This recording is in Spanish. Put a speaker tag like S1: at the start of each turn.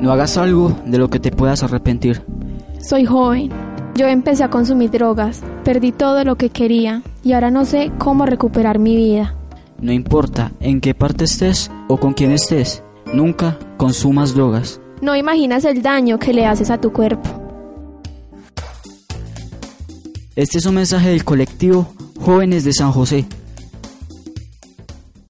S1: No hagas algo de lo que te puedas arrepentir.
S2: Soy joven. Yo empecé a consumir drogas, perdí todo lo que quería y ahora no sé cómo recuperar mi vida.
S1: No importa en qué parte estés o con quién estés, nunca consumas drogas.
S2: No imaginas el daño que le haces a tu cuerpo.
S1: Este es un mensaje del colectivo Jóvenes de San José.